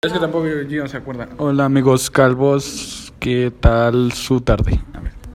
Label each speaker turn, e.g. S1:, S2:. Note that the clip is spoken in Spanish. S1: Es que tampoco Gio se acuerda. Hola amigos calvos, ¿qué tal su tarde?